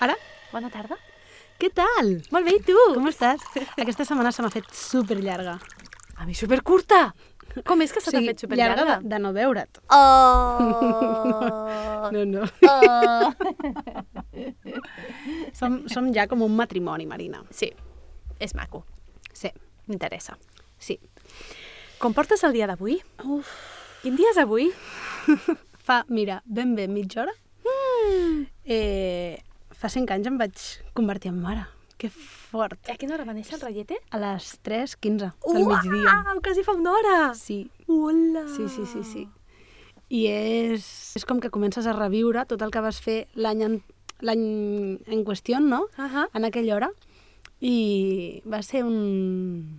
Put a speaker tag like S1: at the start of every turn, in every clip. S1: Ara?
S2: Bona tarda.
S1: Què tal?
S2: Molt bé, i tu?
S1: Com estàs? Aquesta setmana se m'ha fet superllarga.
S2: A mi supercurta! Com és que se t'ha fet superllarga?
S1: Llarga de, de no veure't.
S2: Oh!
S1: No, no.
S2: oh.
S1: Som, som ja com un matrimoni, Marina.
S2: Sí, és maco.
S1: Sí,
S2: M'interessa.
S1: sí.
S2: Com portes el dia d'avui?
S1: Uf.
S2: Quin dia és avui?
S1: Fa, mira, ben bé mitja hora.
S2: Mm.
S1: Eh, fa cinc anys em vaig convertir en mare. Que fort.
S2: A quina hora va néixer el rellete?
S1: A les 3.15 del migdia.
S2: Uau, quasi fa una hora!
S1: Sí,
S2: Hola!
S1: Sí, sí, sí, sí. I és, és com que comences a reviure tot el que vas fer l'any en, l'any en qüestió, no?
S2: Ahà.
S1: En aquella hora. I va ser un...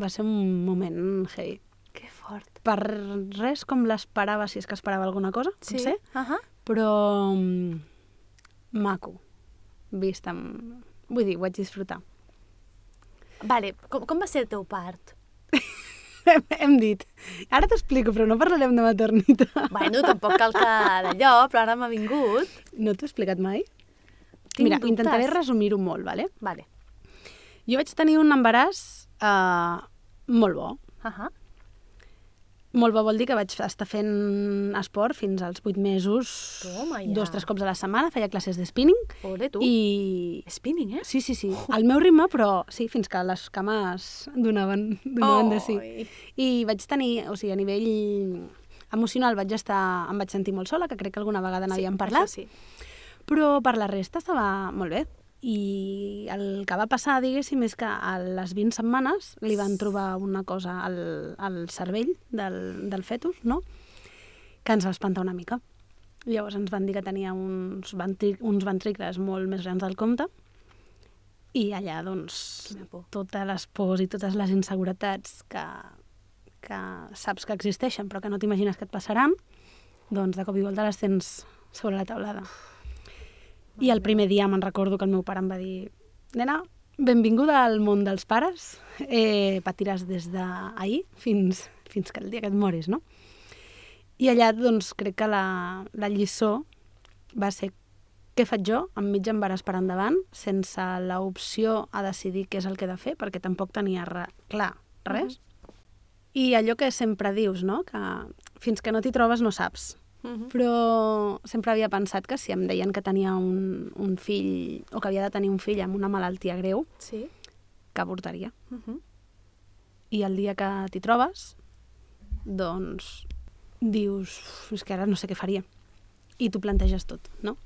S1: Va ser un moment heavy.
S2: Que fort.
S1: Per res com l'esperava, si és que esperava alguna cosa, potser.
S2: Ahà.
S1: Però mm, maco, vist amb... Vull dir, ho vaig disfrutar.
S2: Vale, com, com va ser el teu part?
S1: Hem, hem dit, ara t'explico, però no parlarem de maternitat.
S2: Bueno, tampoc cal que d'allò, però ara m'ha vingut.
S1: No t'ho he explicat mai?
S2: Tinc
S1: Mira,
S2: dubtes.
S1: intentaré resumir-ho molt, vale?
S2: Vale.
S1: Jo vaig tenir un embaràs eh, molt bo.
S2: Ahà.
S1: Molt bo vol dir que vaig estar fent esport fins als 8 mesos,
S2: Toma ja.
S1: dos tres cops a la setmana, feia classes de spinning.
S2: Ole, tu.
S1: I...
S2: Spinning, eh?
S1: Sí, sí, sí, al meu ritme, però sí, fins que les cames donaven, donaven de sí.
S2: Oi.
S1: I vaig tenir, o sigui, a nivell emocional vaig estar, em vaig sentir molt sola, que crec que alguna vegada n'havíem parlat.
S2: Sí.
S1: Però per la resta estava molt bé. I el que va passar, diguéssim, és que a les 20 setmanes li van trobar una cosa al, al cervell del, del fetus, no? que ens va espantar una mica. Llavors ens van dir que tenia uns, ventri, uns ventricles molt més grans del compte i allà, doncs,
S2: Quina por.
S1: totes les pors i totes les inseguretats que, que saps que existeixen però que no t'imagines que et passaran, doncs de cop i volta les tens sobre la taulada. I el primer dia me'n recordo que el meu pare em va dir nena, benvinguda al món dels pares, eh, patiràs des d'ahir fins, fins que el dia que et moris, no? I allà, doncs, crec que la, la lliçó va ser què faig jo amb mig embaràs per endavant, sense l'opció a decidir què és el que he de fer, perquè tampoc tenia re, clar res. I allò que sempre dius, no?, que fins que no t'hi trobes no saps.
S2: Mhm.
S1: Però sempre havia pensat que si em deien que tenia un, un fill o que havia de tenir un fill amb una malaltia greu,
S2: Sí.
S1: que avortaria.
S2: Mhm.
S1: I el dia que t'hi trobes, doncs dius, "Uf, és que ara no sé què faria. I t'ho planteges tot, no?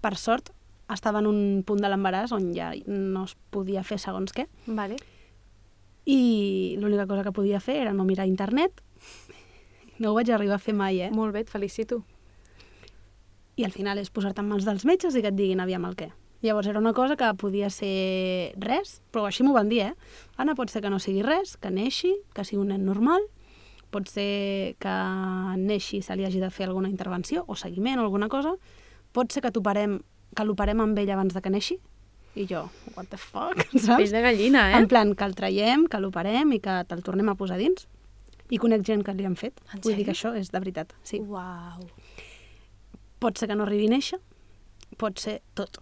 S1: Per sort, estava en un punt de l'embaràs on ja no es podia fer segons què
S2: Vale.
S1: i l'única cosa que podia fer era no mirar internet. No ho vaig arribar a fer mai, eh?
S2: Molt bé, et felicito.
S1: I al final és posar-te en mans dels metges i que et diguin aviam el què. Llavors era una cosa que podia ser res, però així m'ho van dir, eh? Anna, pot ser que no sigui res, que neixi, que sigui un nen normal, pot ser que neixi i se li hagi de fer alguna intervenció o seguiment o alguna cosa, pot ser que t'operem, que l'operem amb ell abans de que neixi, i jo, what the fuck, saps?
S2: Peix de gallina, eh?
S1: En plan, que el traiem, que l'operem i que te'l tornem a posar dins. I conec gent que li han fet.
S2: En
S1: Vull dir que
S2: sèrio?
S1: això és de veritat, sí.
S2: Uau.
S1: Pot ser que no arribi a néixer, pot ser tot.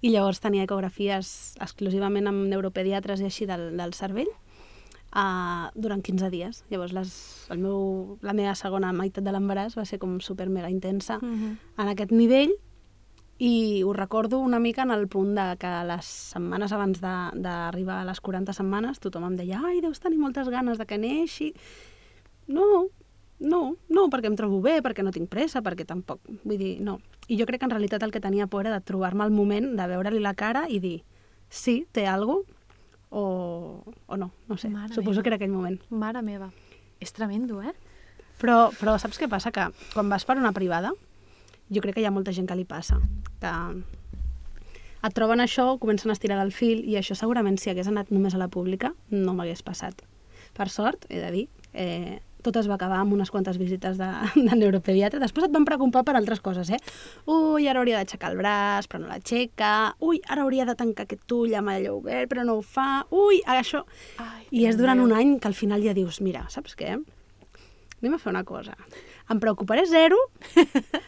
S1: I llavors tenia ecografies exclusivament amb neuropediatres i així del, del cervell uh, durant 15 dies. Llavors les, el meu, la meva segona meitat de l'embaràs va ser com super mega intensa
S2: Mhm.
S1: en aquest nivell i ho recordo una mica en el punt de que les setmanes abans de- d'arribar a les 40 setmanes tothom em deia ai, deus tenir moltes ganes de que neixi. No, no, no, perquè em trobo bé, perquè no tinc pressa, perquè tampoc... Vull dir, no. I jo crec que en realitat el que tenia por era de trobar-me al moment, de veure-li la cara i dir sí, té alguna o, o no, no sé.
S2: Mare
S1: Suposo
S2: meva.
S1: que era aquell moment.
S2: Mare meva. És tremendo, eh?
S1: Però, però saps què passa? Que quan vas per una privada, jo crec que hi ha molta gent que li passa, que et troben això, comencen a estirar del fil, i això segurament si hagués anat només a la pública no m'hagués passat. Per sort, he de dir, eh, tot es va acabar amb unes quantes visites de, de neuropediatre. Després et van preocupar per altres coses, eh? Ui, ara hauria d'aixecar el braç, però no l'aixeca. Ui, ara hauria de tancar aquest ull amb allò obert, però no ho fa. Ui, això...
S2: Ai,
S1: I és durant
S2: Déu
S1: un
S2: meu.
S1: any que al final ja dius, mira, saps què? Anem a fer una cosa. Em preocuparé zero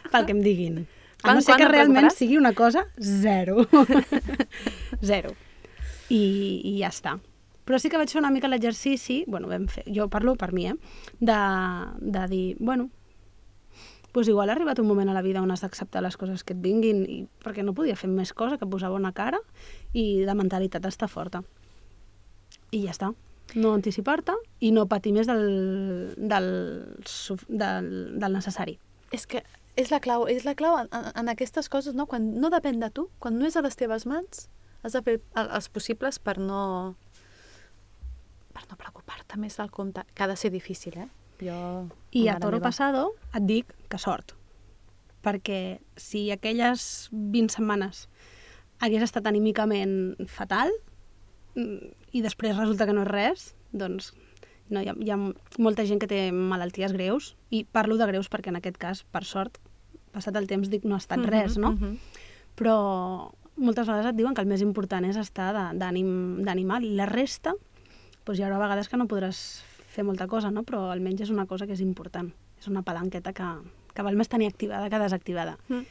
S1: pel que em diguin. A no
S2: Quan-
S1: ser
S2: quan
S1: que
S2: et
S1: realment
S2: recuperes?
S1: sigui una cosa zero. zero. I, I ja està. Però sí que vaig fer una mica l'exercici, bueno, vam fer, jo parlo per mi, eh, de, de dir, bueno, doncs igual ha arribat un moment a la vida on has d'acceptar les coses que et vinguin, i, perquè no podia fer més cosa que posar bona cara i la mentalitat està forta. I ja està. No anticipar-te i no patir més del, del, suf- del, del necessari.
S2: És que és la clau, és la clau en, en- en aquestes coses, no? Quan no depèn de tu, quan no és a les teves mans, has de fer el- els possibles per no per no preocupar-te més del compte, que ha de ser difícil, eh? Jo,
S1: I a
S2: mare
S1: Toro
S2: meva.
S1: Passado et dic que sort. Perquè si aquelles 20 setmanes hagués estat anímicament fatal mm, i després resulta que no és res, doncs no, hi ha, hi ha molta gent que té malalties greus i parlo de greus perquè en aquest cas, per sort, passat el temps dic no ha estat
S2: Mhm,
S1: res, no?
S2: mhm.
S1: Però moltes vegades et diuen que el més important és estar de- d'ànim d'animal i la resta doncs hi haurà vegades que no podràs fer molta cosa, no? però almenys és una cosa que és important. És una palanqueta que, que val més tenir activada que desactivada.
S2: Mm.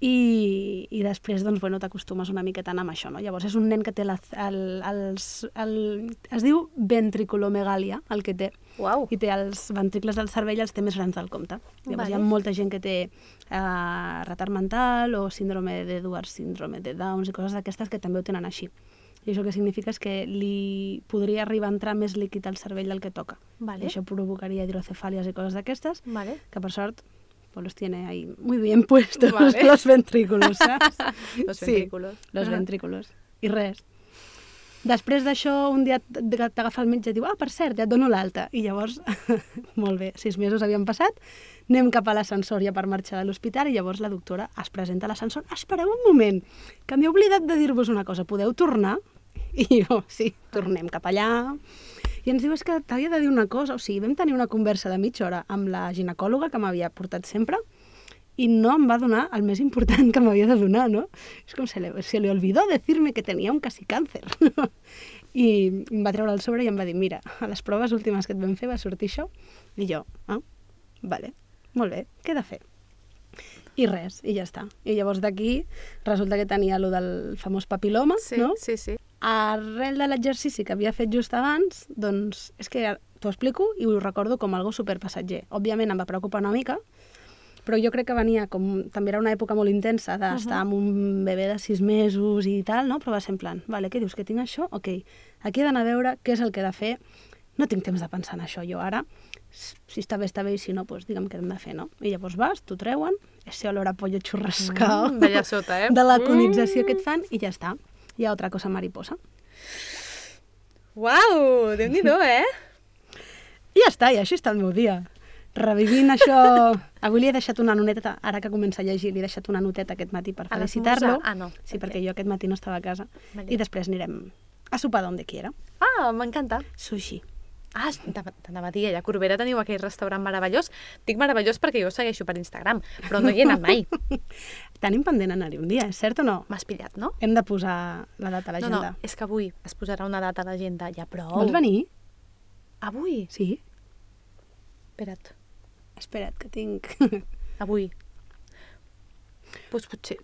S1: I, i després doncs, bueno, t'acostumes una miqueta a anar amb això. No? Llavors és un nen que té la, el, els, el, es diu ventriculomegàlia, el que té,
S2: Uau.
S1: i té els ventricles del cervell els té més grans del compte. Llavors
S2: Vale.
S1: hi ha molta gent que té eh, retard mental o síndrome d'Edwards, síndrome de Downs i coses d'aquestes que també ho tenen així. I això el que significa és que li podria arribar a entrar més líquid al cervell del que toca.
S2: Vale.
S1: I això provocaria hidrocefàlies i coses d'aquestes,
S2: Vale.
S1: que per sort pues los tiene ahí muy bien puestos
S2: Vale.
S1: los ventrículos, saps?
S2: Los
S1: Sí,
S2: ventrículos.
S1: los
S2: Ah.
S1: ventrículos. I res. Després d'això, un dia t- t'agafa el metge i diu ah, per cert, ja et dono l'alta. I llavors, molt bé, sis mesos havien passat, anem cap a l'ascensor ja per marxar de l'hospital i llavors la doctora es presenta a l'ascensor. Espereu un moment, que m'he oblidat de dir-vos una cosa. Podeu tornar? I jo, sí, tornem cap allà. I ens diu, és que t'havia de dir una cosa. O sigui, vam tenir una conversa de mitja hora amb la ginecòloga que m'havia portat sempre y no em va donar el més important que m'havia de donar, no? És com se le, se le olvidó decirme que tenia un quasi càncer. I em va treure el sobre i em va dir, mira, a les proves últimes que et vam fer va sortir això. I jo, ah, vale, molt bé, què he de fer? I res, i ja està. I llavors d'aquí resulta que tenia lo del famós papiloma,
S2: Sí,
S1: no?
S2: sí, sí.
S1: arrel de l'exercici que havia fet just abans, doncs és que t'ho explico i ho recordo com algo superpassatger. Òbviament em va preocupar una mica, però jo crec que venia com... També era una època molt intensa d'estar amb un bebè de sis mesos i tal, no? Però va ser en plan, vale, què dius, que tinc això? Ok, aquí he d'anar a veure què és el que he de fer. No tinc temps de pensar en això jo ara. Si està bé, està bé, i si no, doncs digue'm què hem de fer, no? I llavors vas, t'ho treuen, ese olor a pollo churrascao
S2: Mm, d'allà sota, eh?
S1: de la colonització que et fan i ja està. Hi ha altra cosa mariposa.
S2: Uau, déu nhi eh?
S1: I ja està, i així està el meu dia. Revivint això... Avui li he deixat una noteta, ara que comença a llegir, li he deixat una noteta aquest matí per
S2: A
S1: felicitar-lo.
S2: l'esmorzar? Ah, no.
S1: Sí,
S2: Ok.
S1: perquè jo aquest matí no estava a casa.
S2: Vale.
S1: I després anirem a sopar d'on quiera.
S2: Ah, m'encanta.
S1: Sushi.
S2: Ah, t'anava t'anava a dir, allà a Corbera teniu aquell restaurant meravellós. Dic meravellós perquè jo ho segueixo per Instagram, però no hi he anat mai.
S1: Tenim pendent anar-hi un dia, és cert o no?
S2: M'has pillat, no?
S1: Hem de posar la data a
S2: No, Oh.
S1: l'agenda.
S2: no, és que avui es posarà una data a l'agenda, ja, però...
S1: Vols venir?
S2: Avui?
S1: Sí.
S2: Espera't,
S1: Espera't, que tinc...
S2: avui. Doncs pues potser...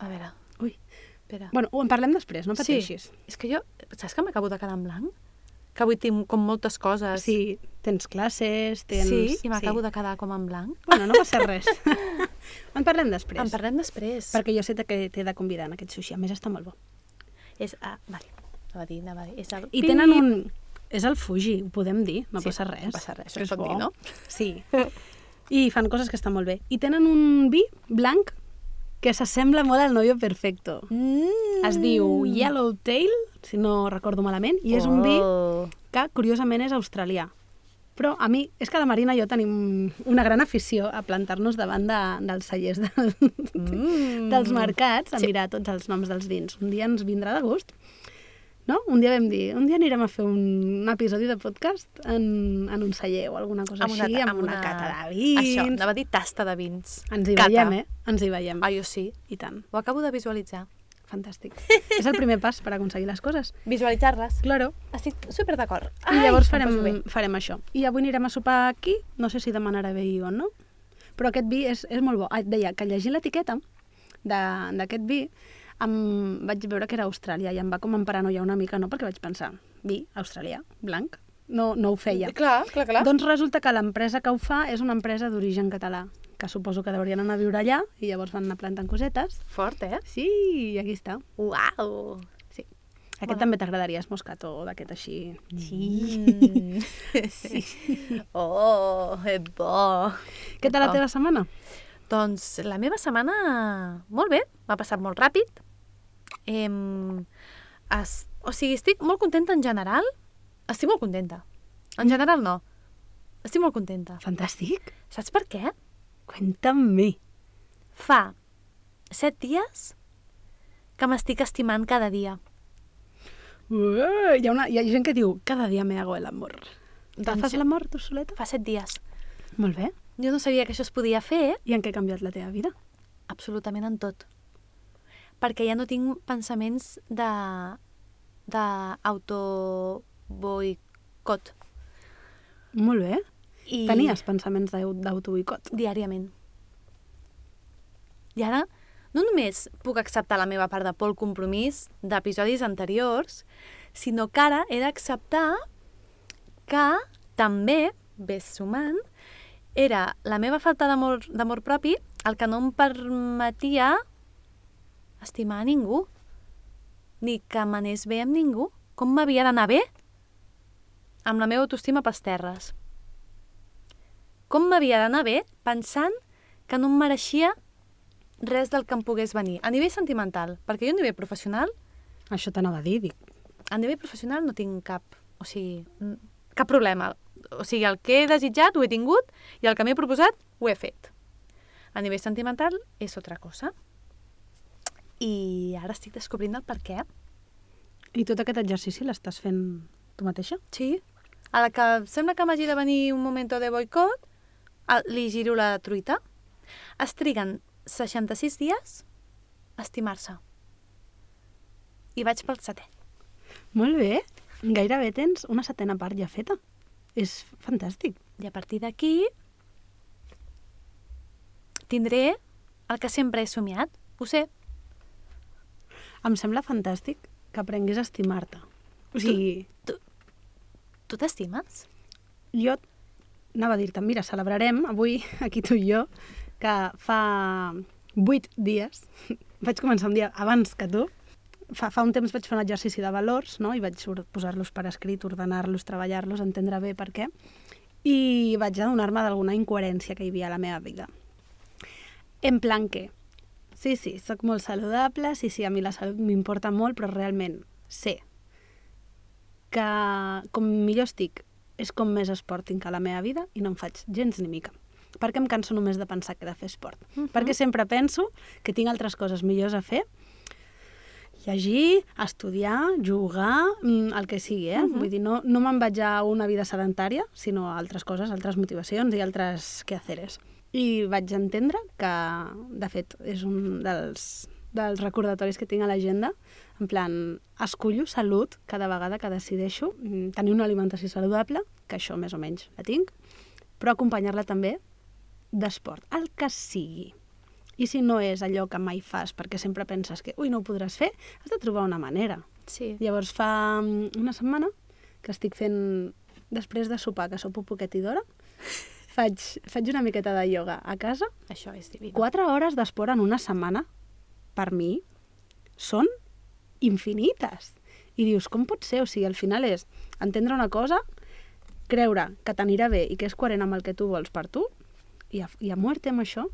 S2: A veure,
S1: Ui.
S2: espera.
S1: Bueno, ho en parlem després, no
S2: sí,
S1: pateixis.
S2: és que jo... Saps que m'acabo de quedar en blanc? Que avui tinc com moltes coses.
S1: Sí, tens classes, tens...
S2: sí i m'acabo de quedar com en blanc.
S1: Bueno, no va ser res. en parlem després.
S2: En parlem després.
S1: Perquè jo sé que t'he de convidar en aquest sushi. A més, està molt bo.
S2: És a... Vale, anava a dir, anava a dir. És el...
S1: I tenen un... És el Fuji, ho podem dir, no
S2: Sí,
S1: passa res.
S2: no passa res,
S1: Però
S2: es pot
S1: bo.
S2: dir, no?
S1: Sí. I fan coses que estan molt bé. I tenen un vi blanc que s'assembla molt al novio perfecto.
S2: Mm.
S1: Es diu Yellowtail, si no recordo malament, i és un vi
S2: Oh.
S1: que curiosament és australià. Però a mi, és que la Marina i jo tenim una gran afició a plantar-nos davant de, dels cellers del,
S2: Mm.
S1: dels mercats, a mirar tots els noms dels vins. Un dia ens vindrà de gust, no? Un dia vam dir, un dia anirem a fer un, un episodi de podcast en, en un celler o alguna cosa
S2: Amb una,
S1: així,
S2: ta-
S1: amb, una, cata de vins.
S2: Això, anava a dir tasta de vins.
S1: Ens hi
S2: Cata.
S1: veiem, eh? Ens hi veiem.
S2: Ah, jo sí.
S1: I tant.
S2: Ho acabo de visualitzar.
S1: Fantàstic. és el primer pas per aconseguir les coses.
S2: Visualitzar-les.
S1: Claro.
S2: Estic super d'acord.
S1: I llavors
S2: Ai, em poso bé.
S1: farem, farem això. I avui anirem a sopar aquí, no sé si demanarà bé o no, Però aquest vi és, és molt bo. Ah, Et deia que llegint l'etiqueta de- d'aquest vi em vaig veure que era australià i em va com emparanoiar una mica, no? Perquè vaig pensar, vi australià, blanc, no, no ho feia.
S2: Clar, clar, clar.
S1: Doncs resulta que l'empresa que ho fa és una empresa d'origen català, que suposo que deurien anar a viure allà i llavors van anar plantant cosetes.
S2: Fort, eh?
S1: Sí, i aquí està.
S2: Uau!
S1: Sí. Aquest
S2: Mola.
S1: també t'agradaria, és moscató d'aquest així. Mm.
S2: Sí. sí. Oh, és bo.
S1: Què tal la
S2: Oh.
S1: teva setmana?
S2: Doncs la meva setmana, molt bé, m'ha passat molt ràpid. Em, es, o sigui, estic molt contenta en general. Estic molt contenta. En general no. Estic molt contenta.
S1: Fantàstic.
S2: Saps per què?
S1: Cuéntame.
S2: Fa set dies que m'estic estimant cada dia.
S1: Ué, Eh, hi, ha una, hi ha gent que diu, cada dia me hago el amor. Te
S2: Doncs
S1: fas
S2: jo-
S1: l'amor tu soleta?
S2: Fa set dies.
S1: Molt bé.
S2: Jo no sabia que això es podia fer,
S1: I en què ha canviat la teva vida?
S2: absolutament en tot. Perquè ja no tinc pensaments de d'autoboicot.
S1: Molt bé. I...
S2: I...
S1: Tenies pensaments d'au- d'autoboicot.
S2: Diàriament. I ara no només puc acceptar la meva part de por al compromís d'episodis anteriors, sinó que ara he d'acceptar que també, ves sumant, era la meva falta d'amor d'amor propi el que no em permetia estimar a ningú, ni que m'anés bé amb ningú. Com m'havia d'anar bé? Amb la meva autoestima pels terres com m'havia d'anar bé pensant que no em mereixia res del que em pogués venir. A nivell sentimental, perquè jo a nivell professional,
S1: Això t'anava a dir, dic.
S2: a nivell professional no tinc cap, o sigui, n- cap problema. O sigui, el que he desitjat ho he tingut i el que m'he proposat ho he fet. A nivell sentimental és altra cosa. I ara estic descobrint el per què.
S1: I tot aquest exercici l'estàs fent tu mateixa?
S2: Sí. A la que sembla que m'hagi de venir un moment de boicot, a- li giro la truita. Es triguen 66 dies a estimar-se. I vaig pel setè.
S1: Molt bé. Gairebé tens una setena part ja feta. És fantàstic.
S2: I a partir d'aquí tindré el que sempre he somiat. Ho sé.
S1: Em sembla fantàstic que aprenguis a estimar-te. O sigui,
S2: Tu t'estimes?
S1: jo anava a dir-te, mira, celebrarem avui, aquí tu i jo, que fa vuit dies, vaig començar un dia abans que tu, fa, fa un temps vaig fer un exercici de valors, no? i vaig or- posar-los per escrit, ordenar-los, treballar-los, entendre bé per què, i vaig adonar-me d'alguna incoherència que hi havia a la meva vida. En plan que, sí, sí, sóc molt saludable, sí, sí, a mi la salut m'importa molt, però realment sé que com millor estic és com més esport tinc a la meva vida i no en faig gens ni mica. Perquè em canso només de pensar que he de fer esport. Uh -huh.
S2: Mhm.
S1: Perquè sempre penso que tinc altres coses millors a fer llegir, estudiar, jugar, mm, el que sigui, eh? Uh -huh. Vull dir, no, no me'n vaig a una vida sedentària, sinó a altres coses, altres motivacions i altres quehaceres. I vaig entendre que, de fet, és un dels, dels recordatoris que tinc a l'agenda, en plan, escollo salut cada vegada que decideixo mm, tenir una alimentació saludable, que això més o menys la tinc, però acompanyar-la també d'esport, el que sigui. I si no és allò que mai fas perquè sempre penses que ui, no ho podràs fer, has de trobar una manera.
S2: Sí.
S1: Llavors fa mm, una setmana que estic fent, després de sopar, que sopo poquet i d'hora, faig, faig una miqueta de ioga a casa.
S2: Això és diví.
S1: Quatre hores d'esport en una setmana, per mi, són infinites. I dius, com pot ser? O sigui, al final és entendre una cosa, creure que t'anirà bé i que és coherent amb el que tu vols per tu, i a, i a muerte amb això,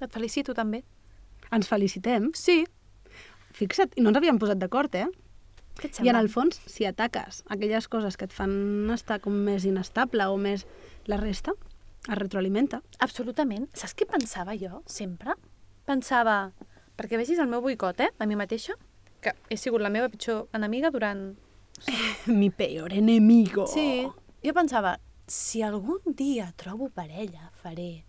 S2: Et felicito també.
S1: ens felicitem.
S2: Sí.
S1: Fixa't, i no ens havíem posat d'acord, eh?
S2: Què
S1: I
S2: et
S1: en
S2: sembla?
S1: el fons, si ataques aquelles coses que et fan estar com més inestable o més la resta, es retroalimenta.
S2: Absolutament. Saps què pensava jo, sempre? Pensava, perquè vegis el meu boicot, eh, a mi mateixa, que he sigut la meva pitjor enemiga durant...
S1: Mi peor enemigo.
S2: Sí. Jo pensava, si algun dia trobo parella, faré.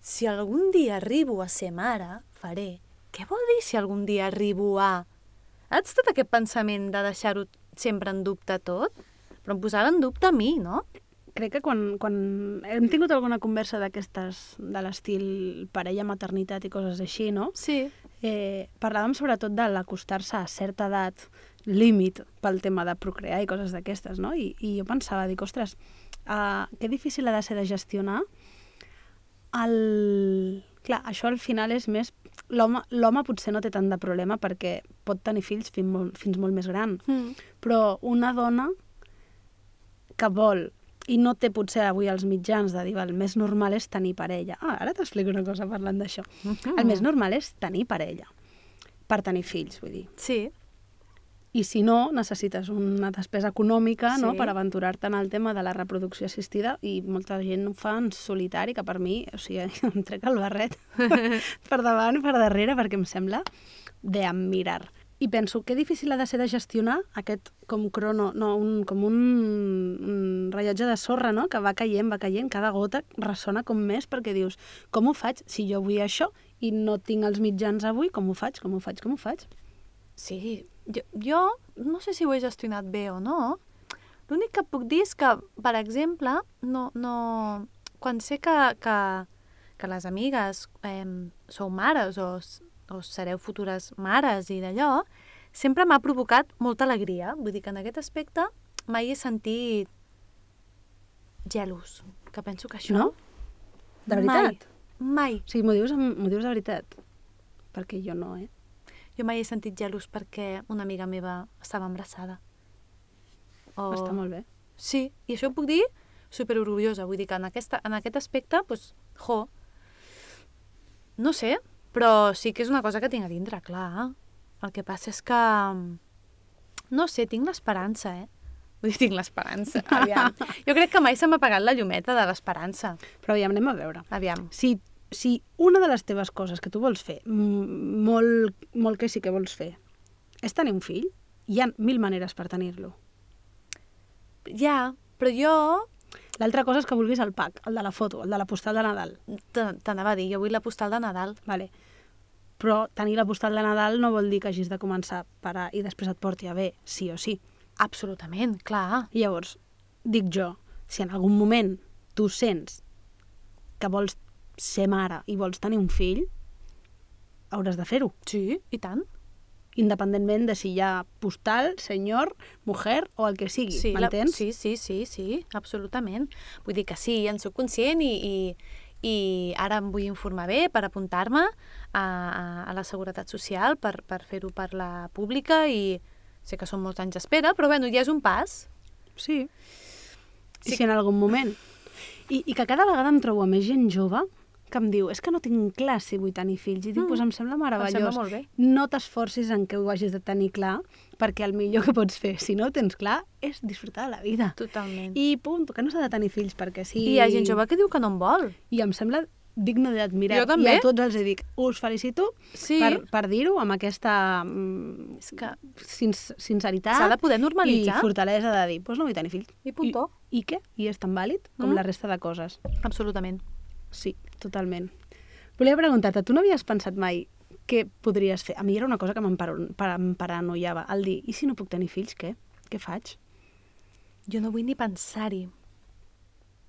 S2: Si algun dia arribo a ser mare, faré. Què vol dir si algun dia arribo a... Ets tot aquest pensament de deixar-ho sempre en dubte tot? Però em posava en dubte a mi, no?
S1: crec que quan, quan hem tingut alguna conversa d'aquestes de l'estil parella, maternitat i coses així, no?
S2: Sí,
S1: Eh, parlàvem sobretot de l'acostar-se a certa edat límit pel tema de procrear i coses d'aquestes, no? I, I jo pensava, dic, ostres, eh, que difícil ha de ser de gestionar el... Clar, això al final és més... L'home l'home potser no té tant de problema perquè pot tenir fills fins molt, fins molt més gran,
S2: mm.
S1: però una dona que vol i no té potser avui els mitjans de dir, "Val, el més normal és tenir parella. Ah, ara t'explico una cosa parlant d'això.
S2: Ah.
S1: El més normal és tenir parella per tenir fills, vull dir.
S2: sí,
S1: I si no, necessites una despesa econòmica no?
S2: Sí.
S1: per aventurar-te en el tema de la reproducció assistida i molta gent ho fa en solitari, que per mi, o sigui, em trec el barret per davant, per darrere, perquè em sembla d'admirar. I penso que difícil ha de ser de gestionar aquest com crono, no, un, com un, un rellotge de sorra, no?, que va caient, va caient, cada gota ressona com més perquè dius, com ho faig si jo vull això i no tinc els mitjans avui, com ho faig, com ho faig, com ho faig?
S2: sí. Jo, jo no sé si ho he gestionat bé o no. L'únic que puc dir és que, per exemple, no, no... quan sé que, que, que les amigues eh, sou mares o, s- o sereu futures mares i d'allò, sempre m'ha provocat molta alegria. Vull dir que en aquest aspecte mai he sentit gelos, que penso que això...
S1: No? De veritat?
S2: Mai, mai.
S1: O sigui, m'ho dius, amb- m'ho dius de veritat? Perquè jo no, eh?
S2: Jo mai he sentit gelos perquè una amiga meva estava embarassada.
S1: Oh. Està molt bé.
S2: Sí, i això ho puc dir super orgullosa. Vull dir que en, aquesta, en aquest aspecte, doncs, jo, no sé, però sí que és una cosa que tinc a dintre, clar. El que passa és que, mm, no sé, tinc l'esperança, eh? Vull dir, tinc l'esperança, aviam. Jo crec que mai se m'ha apagat la llumeta de l'esperança,
S1: Però aviam, anem a veure.
S2: aviam.
S1: Si, si una de les teves coses que tu vols fer, m- molt, molt que sí que vols fer, és tenir un fill, hi ha mil maneres per tenir-lo.
S2: Ja, però jo
S1: L'altra cosa és que vulguis el pack, el de la foto, el de la postal de Nadal.
S2: te- t'anava a dir, jo vull la postal de Nadal.
S1: Vale. Però tenir la postal de Nadal no vol dir que hagis de començar a parar i després et porti a bé, sí o sí.
S2: Absolutament, clar.
S1: I Llavors, dic jo, si en algun moment tu sents que vols ser mare i vols tenir un fill, hauràs de fer-ho.
S2: Sí, i tant.
S1: Independentment de si hi ha postal, senyor, mujer o el que sigui, sí,
S2: la-
S1: m'entens?
S2: Sí, sí, sí, sí, absolutament. Vull dir que sí, en sóc conscient i, i, i ara em vull informar bé per apuntar-me a, a, a la Seguretat Social, per, per fer-ho per la pública i sé que són molts anys d'espera, però bueno, ja és un pas.
S1: Sí. sí. I si en algun moment. I, I que cada vegada em trobo a més gent jove que em diu, és que no tinc clar si vull tenir fills. I dic,
S2: Mm.
S1: pues em sembla meravellós.
S2: molt bé.
S1: No t'esforcis en que ho hagis de tenir clar, perquè el millor que pots fer, si no ho tens clar, és disfrutar de la vida.
S2: Totalment. I,
S1: I punt, que no s'ha de tenir fills, perquè sí...
S2: I hi ha gent jove que diu que no en vol.
S1: I em sembla digne d'admirar.
S2: Jo també.
S1: I a tots els he dit, us felicito
S2: Sí.
S1: per, per dir-ho amb aquesta mm,
S2: És que
S1: sin sinceritat
S2: S'ha de poder normalitzar.
S1: i fortalesa de dir, doncs no vull tenir fills.
S2: I puntó.
S1: I, I què? I és tan vàlid com
S2: Mm.
S1: la resta de coses.
S2: Absolutament.
S1: Sí, totalment. Volia preguntar-te, tu no havies pensat mai què podries fer? A mi era una cosa que m'emparo- pa- em paranoiava, el dir, i si no puc tenir fills, què? Què faig?
S2: Jo no vull ni pensar-hi.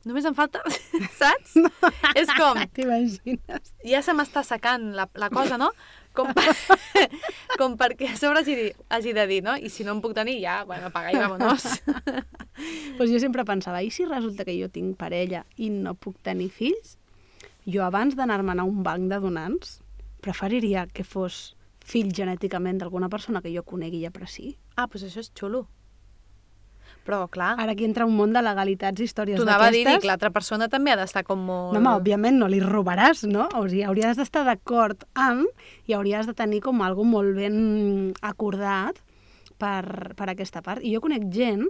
S2: Només em falta, saps? És com,
S1: T'imagines?
S2: ja se m'està secant la, la cosa, no? Com, per, com perquè a sobre hagi, di- hagi de dir, no? I si no em puc tenir, ja, bueno, apaga i vámonos.
S1: Pues jo sempre pensava, i si resulta que jo tinc parella i no puc tenir fills? Jo abans d'anar-me'n a un banc de donants, preferiria que fos fill genèticament d'alguna persona que jo conegui i apreciï.
S2: Ah, doncs això és xulo. Però, clar,
S1: Ara aquí entra un món de legalitats i històries
S2: Ah. t'ho anava a dir, dic,
S1: d'aquestes.
S2: l'altra persona també ha d'estar com molt...
S1: No, home, òbviament no li robaràs, no? O sigui, hauries d'estar d'acord amb i hauries de tenir com algo molt ben acordat per, per aquesta part. I jo conec gent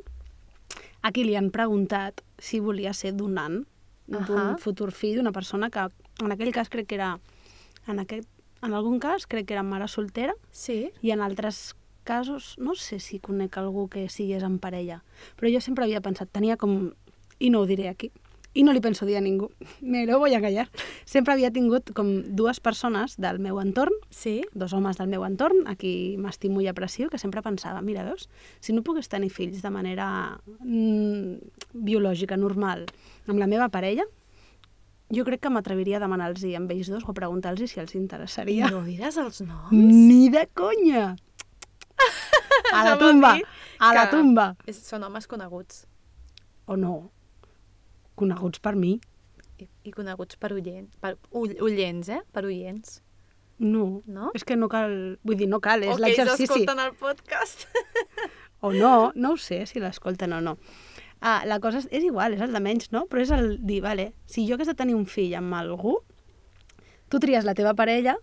S1: a qui li han preguntat si volia ser donant d'un
S2: Ahà.
S1: futur fill d'una persona que en aquell cas crec que era... En, aquest, en algun cas crec que era mare soltera
S2: Sí.
S1: i en altres casos, no sé si conec algú que sigués en parella, però jo sempre havia pensat, tenia com, i no ho diré aquí, i no li penso dir a ningú. Me lo voy a callar. Sempre havia tingut com dues persones del meu entorn,
S2: Sí?
S1: dos homes del meu entorn, a qui m'estimo i aprecio, que sempre pensava, mira, veus, si no pogués tenir fills de manera mm, biològica, normal, amb la meva parella, jo crec que m'atreviria a demanar-los amb ells dos o preguntar-los si els
S2: I
S1: interessaria.
S2: no diràs els noms?
S1: Ni de conya! A la
S2: Això vol
S1: tumba!
S2: dir
S1: A la
S2: que
S1: tumba!
S2: És, són homes coneguts
S1: O no? Coneguts per mi?
S2: i, i coneguts per oients, per ull, ullents, eh? Per oients.
S1: No.
S2: No?
S1: És que no cal... Vull dir, no cal, és
S2: o que ells
S1: l'exercici.
S2: escolten el podcast.
S1: O no, no ho sé si l'escolten o no. Ah, la cosa és, és igual, és el de menys, no? Però és el dir, vale, si jo hagués de tenir un fill amb algú, tu tries la teva parella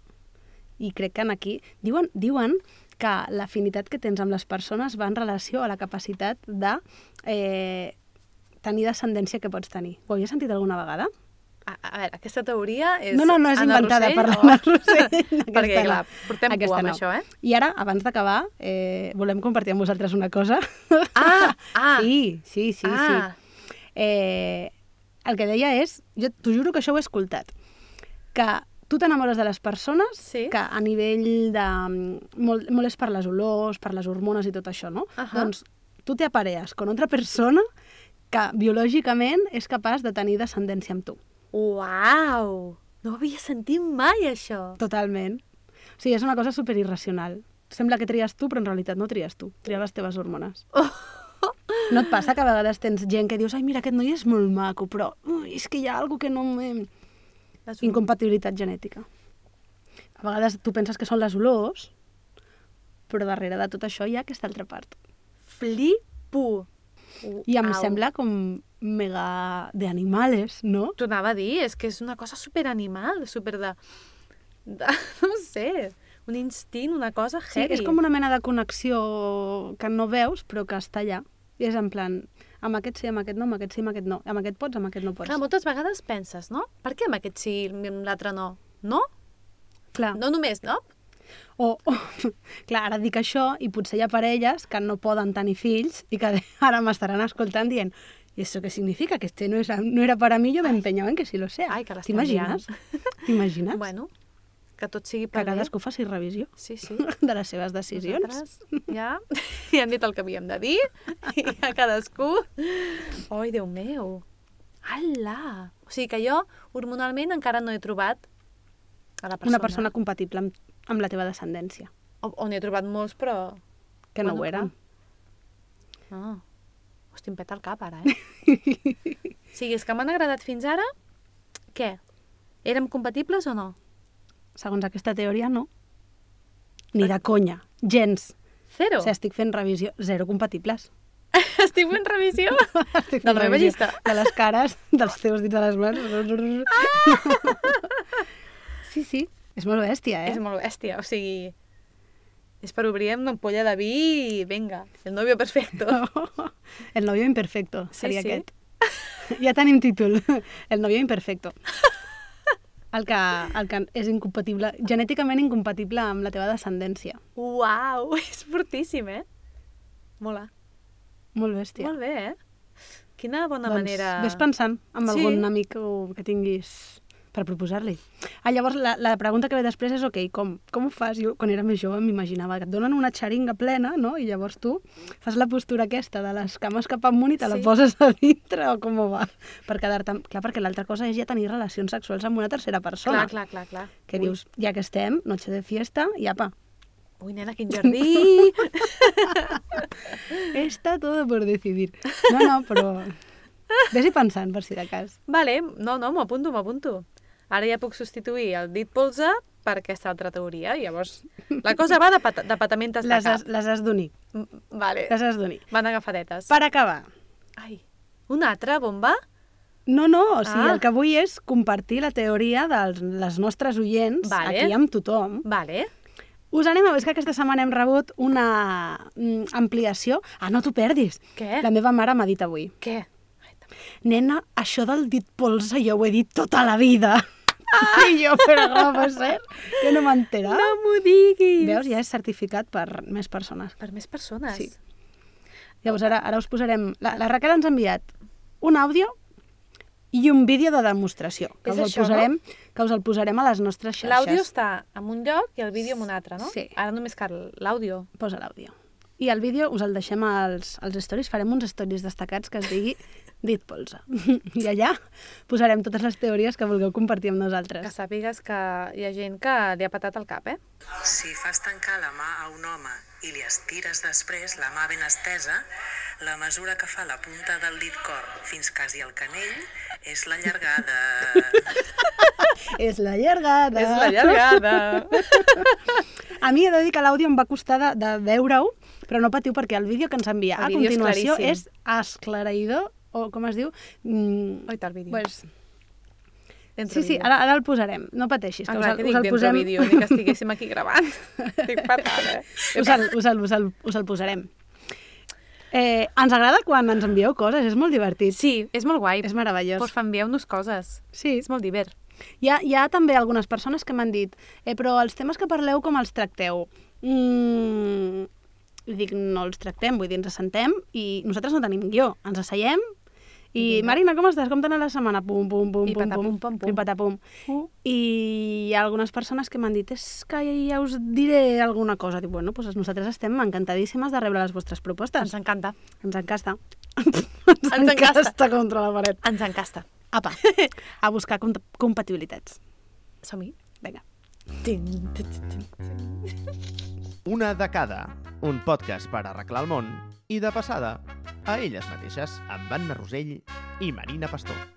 S1: i crec que en aquí... Diuen, diuen que l'afinitat que tens amb les persones va en relació a la capacitat de eh, tenir descendència que pots tenir. Ho havies sentit alguna vegada?
S2: A, a veure, aquesta teoria és...
S1: No, no, no és
S2: Anna
S1: inventada
S2: Rossell
S1: per
S2: o-
S1: l'Anna Rossell.
S2: Perquè,
S1: Aquesta
S2: clar,
S1: no.
S2: portem
S1: Aquesta
S2: cua amb
S1: no.
S2: això, eh?
S1: I ara, abans d'acabar, eh, volem compartir amb vosaltres una cosa.
S2: Ah, ah.
S1: Sí, sí, sí.
S2: Ah.
S1: sí. Eh, el que deia és, jo t'ho juro que això ho he escoltat, que tu t'enamores de les persones
S2: Sí.
S1: que a nivell de... mm, Molt, molt és per les olors, per les hormones i tot això, no?
S2: Ahà.
S1: Doncs tu te aparees con otra persona que biològicament és capaç de tenir descendència amb tu.
S2: Uau! No ho havia sentit mai, això.
S1: Totalment. O sigui, és una cosa super irracional. Sembla que tries tu, però en realitat no tries tu. Tries les teves hormones. No et passa que a vegades tens gent que dius ai, mira, aquest noi és molt maco, però ui, és que hi ha alguna que no... em-"
S2: Les-
S1: Incompatibilitat genètica. A vegades tu penses que són les olors, però darrere de tot això hi ha aquesta altra part.
S2: Flipo!
S1: I em
S2: Uau.
S1: sembla com mega de animales, no?
S2: T'ho anava a dir, és que és una cosa superanimal, super de... de no ho sé, un instint, una cosa
S1: Sí,
S2: heavy.
S1: és com una mena de connexió que no veus, però que està allà. I és en plan, amb aquest sí, amb aquest no, amb aquest sí, amb aquest no. Amb aquest pots, amb aquest no pots.
S2: Clar, moltes vegades penses, no? Per què amb aquest sí i amb l'altre no? No?
S1: clar.
S2: No només, no?
S1: O, o, clar, ara dic això i potser hi ha parelles que no poden tenir fills i que ara m'estaran escoltant dient i això què significa? Que este no, és, no era per a mi, jo m'empenyava en que sí lo sea.
S2: Ai, que l'estem
S1: T'imagines? T'imagines?
S2: Bueno, que tot sigui
S1: que
S2: per bé.
S1: cadascú faci revisió
S2: Sí, sí.
S1: de les seves decisions.
S2: Nosaltres ja, ja hem dit el que havíem de dir i a cadascú. Ai, Déu meu. Ala! O sigui que jo hormonalment encara no he trobat a la persona.
S1: Una persona compatible amb, amb la teva descendència,
S2: O, o n'he trobat molts, però...
S1: que no
S2: Bueno,
S1: ho era.
S2: clar. Ah. Hosti, em peta el cap ara, eh? o sigui, és que m'han agradat fins ara... Què? Érem compatibles o no?
S1: Segons aquesta teoria, no. Ni de conya. Gens. O
S2: Zero.
S1: sigui, estic fent revisió. Zero compatibles.
S2: Estic fent revisió.
S1: Estic
S2: Del
S1: fent revisió
S2: revellista.
S1: De les cares, dels teus dits de les mans. Sí, sí. És molt bèstia, eh?
S2: Ah! És molt bèstia, o sigui... És per obrir una ampolla de vi i vinga, el novio perfecto.
S1: El novio imperfecto
S2: Sí,
S1: seria
S2: sí.
S1: aquest. Ja tenim títol. El novio imperfecto. El que, el que és incompatible, genèticament incompatible amb la teva descendència.
S2: Uau, és fortíssim, eh? Mola.
S1: Molt bèstia.
S2: Molt bé, eh? Quina bona manera...
S1: Doncs Ves pensant amb
S2: Sí.
S1: sí. algun amic o que tinguis per proposar-li. Ah, llavors, la, la pregunta que ve després és, ok, com, com ho fas? Jo, quan era més jove, m'imaginava que et donen una xeringa plena, no? I llavors tu fas la postura aquesta de les cames cap amunt i te sí. la
S2: Sí.
S1: poses a dintre, o com ho va? Per quedar-te... amb- Clar, perquè l'altra cosa és ja tenir relacions sexuals amb una tercera persona.
S2: Clar, clar, clar, clar.
S1: Que dius, ja que estem, noche de fiesta, i apa.
S2: Ui, nena, quin jardí!
S1: Está todo por decidir. No, no, però... Ves-hi pensant, per si de cas.
S2: vale, no, no, m'ho apunto, m'ho apunto. Ara ja puc substituir el dit polze per aquesta altra teoria. Llavors, la cosa va de, pata de patamentes de
S1: Les
S2: cap.
S1: has, les has d'unir.
S2: Mm, Vale,
S1: Les has d'unir.
S2: van agafadetes.
S1: Per acabar,
S2: Ai, una altra bomba?
S1: no, no, o sigui,
S2: Ah.
S1: ah. el que vull és compartir la teoria de les nostres oients
S2: Vale.
S1: aquí amb tothom.
S2: Vale.
S1: Us anem a veure que aquesta setmana hem rebut una mm, ampliació. Ah, no t'ho perdis.
S2: Què?
S1: La meva mare m'ha dit avui.
S2: Què?
S1: Nena, això del dit polsa jo ho he dit tota la vida. Ah! I jo, però com va ser? Jo no m'enterava.
S2: No m'ho diguis!
S1: Veus, ja és certificat per més persones.
S2: Per més persones.
S1: Sí. Llavors, ara, ara us posarem... La, la Raquel ens ha enviat un àudio i un vídeo de demostració, que, us
S2: És
S1: el,
S2: això, no?
S1: posarem, que us el posarem a les nostres xarxes.
S2: L'àudio està en un lloc i el vídeo en un altre, no?
S1: Sí.
S2: Ara només cal l'àudio.
S1: Posa l'àudio. I el vídeo us el deixem als, als stories, farem uns stories destacats que es digui dit polsa. I allà posarem totes les teories que vulgueu compartir amb
S2: Que
S1: nosaltres.
S2: sàpigues que hi ha gent que li ha patat el cap, eh?
S3: Si fas tancar la mà a un home i li estires després la mà ben estesa, la mesura que fa la punta del dit cor fins quasi al canell és la llargada.
S1: És la llargada!
S2: És la llargada.
S1: A mi he de dir que l'àudio em va costar de, de veure-ho, però no patiu perquè el vídeo que ens envia
S2: El
S1: a
S2: vídeo és
S1: continuació és,
S2: claríssim.
S1: esclareïdor, o com es diu? Mm,
S2: Oita, el vídeo.
S1: pues,
S2: Entro
S1: sí, sí,
S2: vídeo.
S1: ara, ara el posarem, no pateixis,
S2: Ah,
S1: que us,
S2: clar,
S1: el,
S2: que
S1: us
S2: dic
S1: el
S2: dentro
S1: posem...
S2: vídeo, ni que estiguéssim aquí gravant. Estic fatal, eh?
S1: us, el, us, el, us, el, us el posarem. Eh, ens agrada quan ens envieu coses, és molt divertit.
S2: Sí, és molt guai.
S1: És meravellós.
S2: Porfa, envieu-nos coses.
S1: Sí.
S2: És molt divert.
S1: Hi ha, hi ha també algunes persones que m'han dit eh, però els temes que parleu com els tracteu? Mm, i dic, no els tractem, vull dir, ens assentem i nosaltres no tenim guió, ens asseiem i, Marina, com estàs? Com t'anà la setmana? Pum, pum, pum,
S2: I
S1: pum,
S2: patapum, pam, pum.
S1: I patapum.
S2: Uh.
S1: I hi ha algunes persones que m'han dit és que ja us diré alguna cosa. Dic, bueno, doncs nosaltres estem encantadíssimes de rebre les vostres propostes.
S2: Ens encanta.
S1: Ens encasta. Ens,
S2: Ens encasta.
S1: encasta contra la paret.
S2: Ens encasta.
S1: Apa, a buscar comp- compatibilitats.
S2: Som-hi.
S1: Vinga.
S2: Tin, tin, tin, tin, tin.
S4: Una de cada, un podcast per arreglar el món i, de passada, a elles mateixes, amb Anna Rosell i Marina Pastor.